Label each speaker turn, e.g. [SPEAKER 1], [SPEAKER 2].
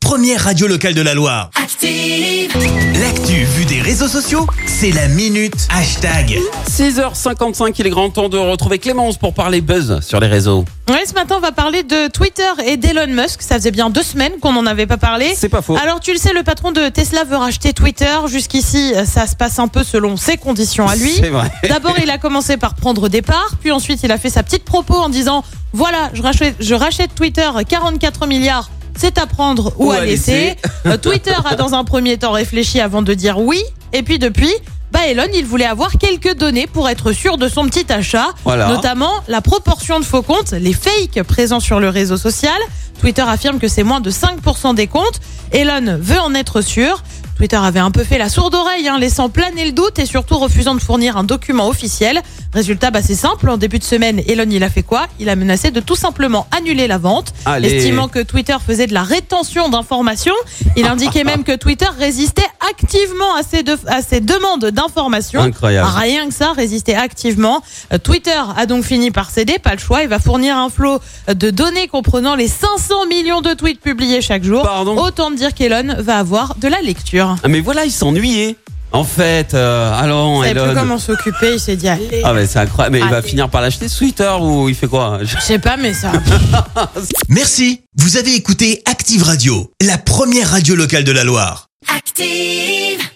[SPEAKER 1] première radio locale de la Loire.
[SPEAKER 2] Active.
[SPEAKER 1] L'actu vue des réseaux sociaux, c'est la minute hashtag.
[SPEAKER 3] 6h55, il est grand temps de retrouver Clémence pour parler buzz sur les réseaux.
[SPEAKER 4] Ouais, ce matin, on va parler de Twitter et d'Elon Musk. Ça faisait bien deux semaines qu'on n'en avait pas parlé.
[SPEAKER 3] C'est pas faux.
[SPEAKER 4] Alors, tu le sais, le patron de Tesla veut racheter Twitter. Jusqu'ici, ça se passe un peu selon ses conditions à lui.
[SPEAKER 3] C'est vrai.
[SPEAKER 4] D'abord, il a commencé par prendre des parts, puis ensuite, il a fait sa petite propos en disant Voilà, je rachète, je rachète Twitter 44 milliards, c'est à prendre ou,
[SPEAKER 3] Ou
[SPEAKER 4] à
[SPEAKER 3] à
[SPEAKER 4] laisser. Euh, Twitter a dans un premier temps réfléchi avant de dire oui, et puis depuis. Bah Elon, il voulait avoir quelques données pour être sûr de son petit achat,
[SPEAKER 3] Voilà.
[SPEAKER 4] notamment la proportion de faux comptes, les fakes présents sur le réseau social. Twitter affirme que c'est moins de 5% des comptes. Elon veut en être sûr. Twitter avait un peu fait la sourde oreille, hein, laissant planer le doute et surtout refusant de fournir un document officiel. Résultat, bah, c'est simple. En début de semaine, Elon, il a fait quoi Il a menacé de tout simplement annuler la vente,
[SPEAKER 3] Allez.
[SPEAKER 4] estimant que Twitter faisait de la rétention d'informations. Il indiquait même que Twitter résistait activement à ses, de- à ses demandes d'informations.
[SPEAKER 3] Incroyable.
[SPEAKER 4] Rien que ça, résister activement. Euh, Twitter a donc fini par céder, pas le choix. Il va fournir un flot de données comprenant les 500 millions de tweets publiés chaque jour.
[SPEAKER 3] Pardon
[SPEAKER 4] Autant me dire qu'Elon va avoir de la lecture.
[SPEAKER 3] Ah, Mais voilà, il s'ennuyait. En fait, euh, allons,
[SPEAKER 4] Il savait plus
[SPEAKER 3] Elon.
[SPEAKER 4] comment s'occuper, il s'est dit allez.
[SPEAKER 3] Ah, mais c'est incroyable. Mais il va
[SPEAKER 4] Allez.
[SPEAKER 3] finir par l'acheter ce Twitter ou il fait quoi Je-
[SPEAKER 4] Je sais pas, mais ça.
[SPEAKER 1] Merci, vous avez écouté Active Radio, la première radio locale de la Loire.
[SPEAKER 2] Active.